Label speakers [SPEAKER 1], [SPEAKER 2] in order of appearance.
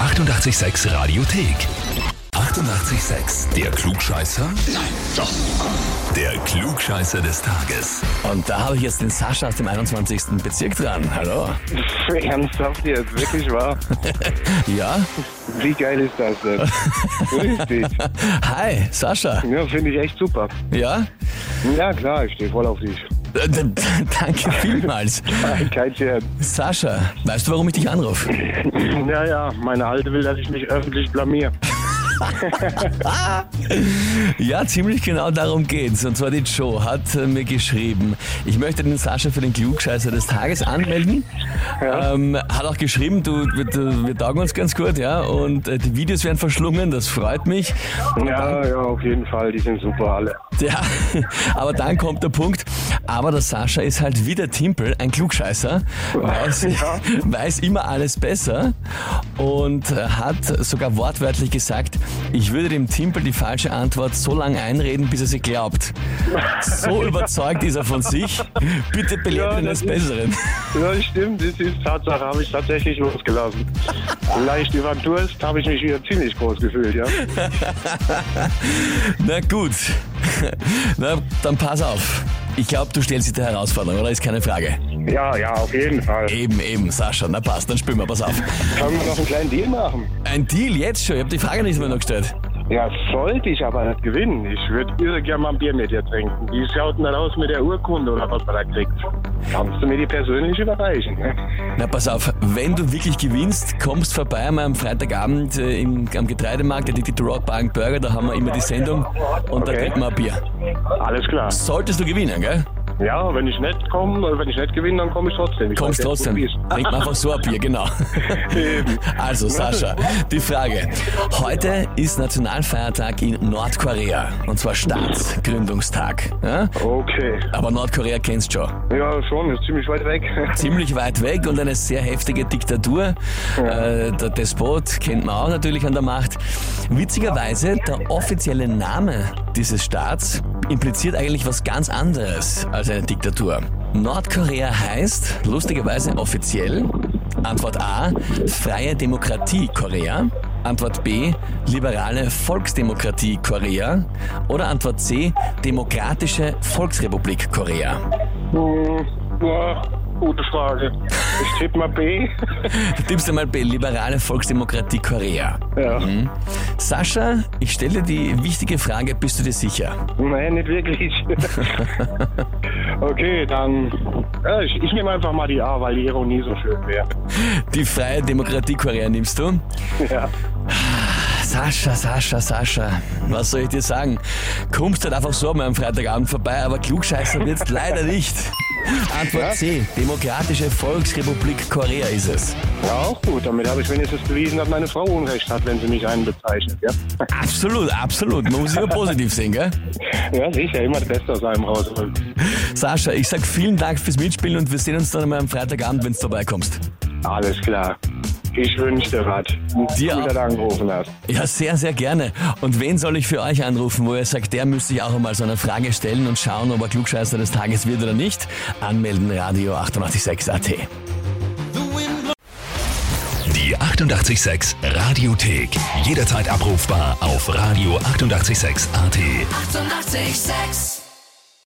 [SPEAKER 1] 886 Radiothek. 88,6. Der Klugscheißer? Nein, doch. Der Klugscheißer des Tages.
[SPEAKER 2] Und da habe ich jetzt den Sascha aus dem 21. Bezirk dran. Hallo.
[SPEAKER 3] Ernsthaft jetzt, wirklich wahr?
[SPEAKER 2] Ja?
[SPEAKER 3] Wie geil ist das denn? Grüß dich.
[SPEAKER 2] Hi, Sascha.
[SPEAKER 3] Ja, finde ich echt super.
[SPEAKER 2] Ja?
[SPEAKER 3] Ja, klar, ich stehe voll auf dich.
[SPEAKER 2] Äh, d- d- Danke vielmals.
[SPEAKER 3] Kein Scherz.
[SPEAKER 2] Sascha, weißt du, warum ich dich anrufe?
[SPEAKER 3] Ja, ja, meine Alte will, dass ich mich öffentlich blamier.
[SPEAKER 2] Ja, ziemlich genau darum geht's. Und zwar die Joe hat äh, mir geschrieben, ich möchte den Sascha für den Klugscheißer des Tages anmelden. Ähm, hat auch geschrieben, du, wir, du, wir taugen uns ganz gut, ja. Und äh, die Videos werden verschlungen, das freut mich.
[SPEAKER 3] Ja, ja, auf jeden Fall, die sind super alle.
[SPEAKER 2] Ja, aber dann kommt der Punkt. Aber der Sascha ist halt wie der Timpel, ein Klugscheißer, weiß,
[SPEAKER 3] Ja.
[SPEAKER 2] weiß immer alles besser und äh, hat sogar wortwörtlich gesagt, ich würde dem Timpel die falsche Antwort so lange einreden, bis er sie glaubt. So überzeugt ist er von sich. Bitte belehrt
[SPEAKER 3] Ja,
[SPEAKER 2] ihn
[SPEAKER 3] das
[SPEAKER 2] des
[SPEAKER 3] ist-
[SPEAKER 2] Besseren.
[SPEAKER 3] Ja, stimmt, das ist Tatsache, habe ich tatsächlich losgelassen. Leicht über den Durst habe ich mich wieder ziemlich groß gefühlt, ja?
[SPEAKER 2] Na gut, Na, dann pass auf. Ich glaube, du stellst dich der Herausforderung, oder? Ist keine Frage.
[SPEAKER 3] Ja, ja, auf jeden Fall.
[SPEAKER 2] Eben, eben, Sascha, na passt, dann spüren wir, pass auf.
[SPEAKER 3] Können wir noch einen kleinen Deal machen?
[SPEAKER 2] Ein Deal jetzt schon? Ich habe die Frage nicht mehr noch gestellt.
[SPEAKER 3] Ja, sollte ich aber nicht gewinnen. Ich würde irre gerne mal ein Bier mit dir trinken. Wie schaut denn das aus mit der Urkunde oder was man da kriegt? Kannst du mir die persönlich überreichen? Ne?
[SPEAKER 2] Na, pass auf, wenn du wirklich gewinnst, kommst vorbei einmal am Freitagabend äh, im, am Getreidemarkt, der liegt die Rock Bar and Burger, da haben wir immer die Sendung und da
[SPEAKER 3] Okay.
[SPEAKER 2] trinken wir ein Bier.
[SPEAKER 3] Alles klar.
[SPEAKER 2] Solltest du gewinnen, gell?
[SPEAKER 3] Ja, wenn ich nicht komme, wenn ich nicht gewinne, dann komme ich trotzdem. Ich
[SPEAKER 2] Kommst
[SPEAKER 3] weiß jetzt,
[SPEAKER 2] trotzdem.
[SPEAKER 3] wo du bist.
[SPEAKER 2] Trinken wir einfach so ein Bier, genau.
[SPEAKER 3] Eben.
[SPEAKER 2] Also, Sascha, die Frage. Heute ist Nationalfeiertag in Nordkorea und zwar Staatsgründungstag. Ja?
[SPEAKER 3] Okay.
[SPEAKER 2] Aber Nordkorea kennst schon.
[SPEAKER 3] Ja, schon, ist ziemlich weit weg.
[SPEAKER 2] ziemlich weit weg und eine sehr heftige Diktatur. Äh, der Despot kennt man auch natürlich an der Macht. Witzigerweise, der offizielle Name dieses Staats impliziert eigentlich was ganz anderes als eine Diktatur. Nordkorea heißt, lustigerweise offiziell, Antwort A, Freie Demokratie Korea. Antwort B, liberale Volksdemokratie Korea. Oder Antwort C, Demokratische Volksrepublik Korea.
[SPEAKER 3] Hm, ja, gute Frage. Ich tippe mal B.
[SPEAKER 2] Tippst du mal bei Liberale Volksdemokratie Korea.
[SPEAKER 3] Ja.
[SPEAKER 2] Mhm. Sascha, ich stelle die wichtige Frage, bist du dir sicher?
[SPEAKER 3] Nein, nicht wirklich. okay, dann. Ja, ich, ich nehme einfach mal die A, weil die Ironie so schön wäre.
[SPEAKER 2] Die Freie Demokratie Korea nimmst du?
[SPEAKER 3] Ja.
[SPEAKER 2] Sascha, Sascha, Sascha, was soll ich dir sagen? Kommst halt einfach so mal am Freitagabend vorbei, aber klugscheißer wird's leider nicht. Antwort C, Demokratische Volksrepublik Korea ist es.
[SPEAKER 3] Ja, auch gut. Damit habe ich wenigstens bewiesen, dass meine Frau Unrecht hat, wenn sie mich einen bezeichnet. Ja,
[SPEAKER 2] Absolut, absolut. Man muss immer positiv sehen, gell?
[SPEAKER 3] ja sicher. Immer das Beste aus einem raus.
[SPEAKER 2] Sascha, ich sag vielen Dank fürs Mitspielen und wir sehen uns dann mal am Freitagabend, wenn's dabei kommst.
[SPEAKER 3] Alles klar. Ich wünsche dir was.
[SPEAKER 2] Dir
[SPEAKER 3] Gut,
[SPEAKER 2] auch.
[SPEAKER 3] dass du angerufen hast.
[SPEAKER 2] Ja, sehr, sehr gerne. Und wen soll ich für euch anrufen, wo ihr sagt, der müsste ich auch einmal so eine Frage stellen und schauen, ob er Klugscheißer des Tages wird oder nicht? Anmelden, Radio 886 AT.
[SPEAKER 1] Die 88,6 Radiothek. Jederzeit abrufbar auf radio886.at. 88,6.
[SPEAKER 4] Eighty-eight, sex.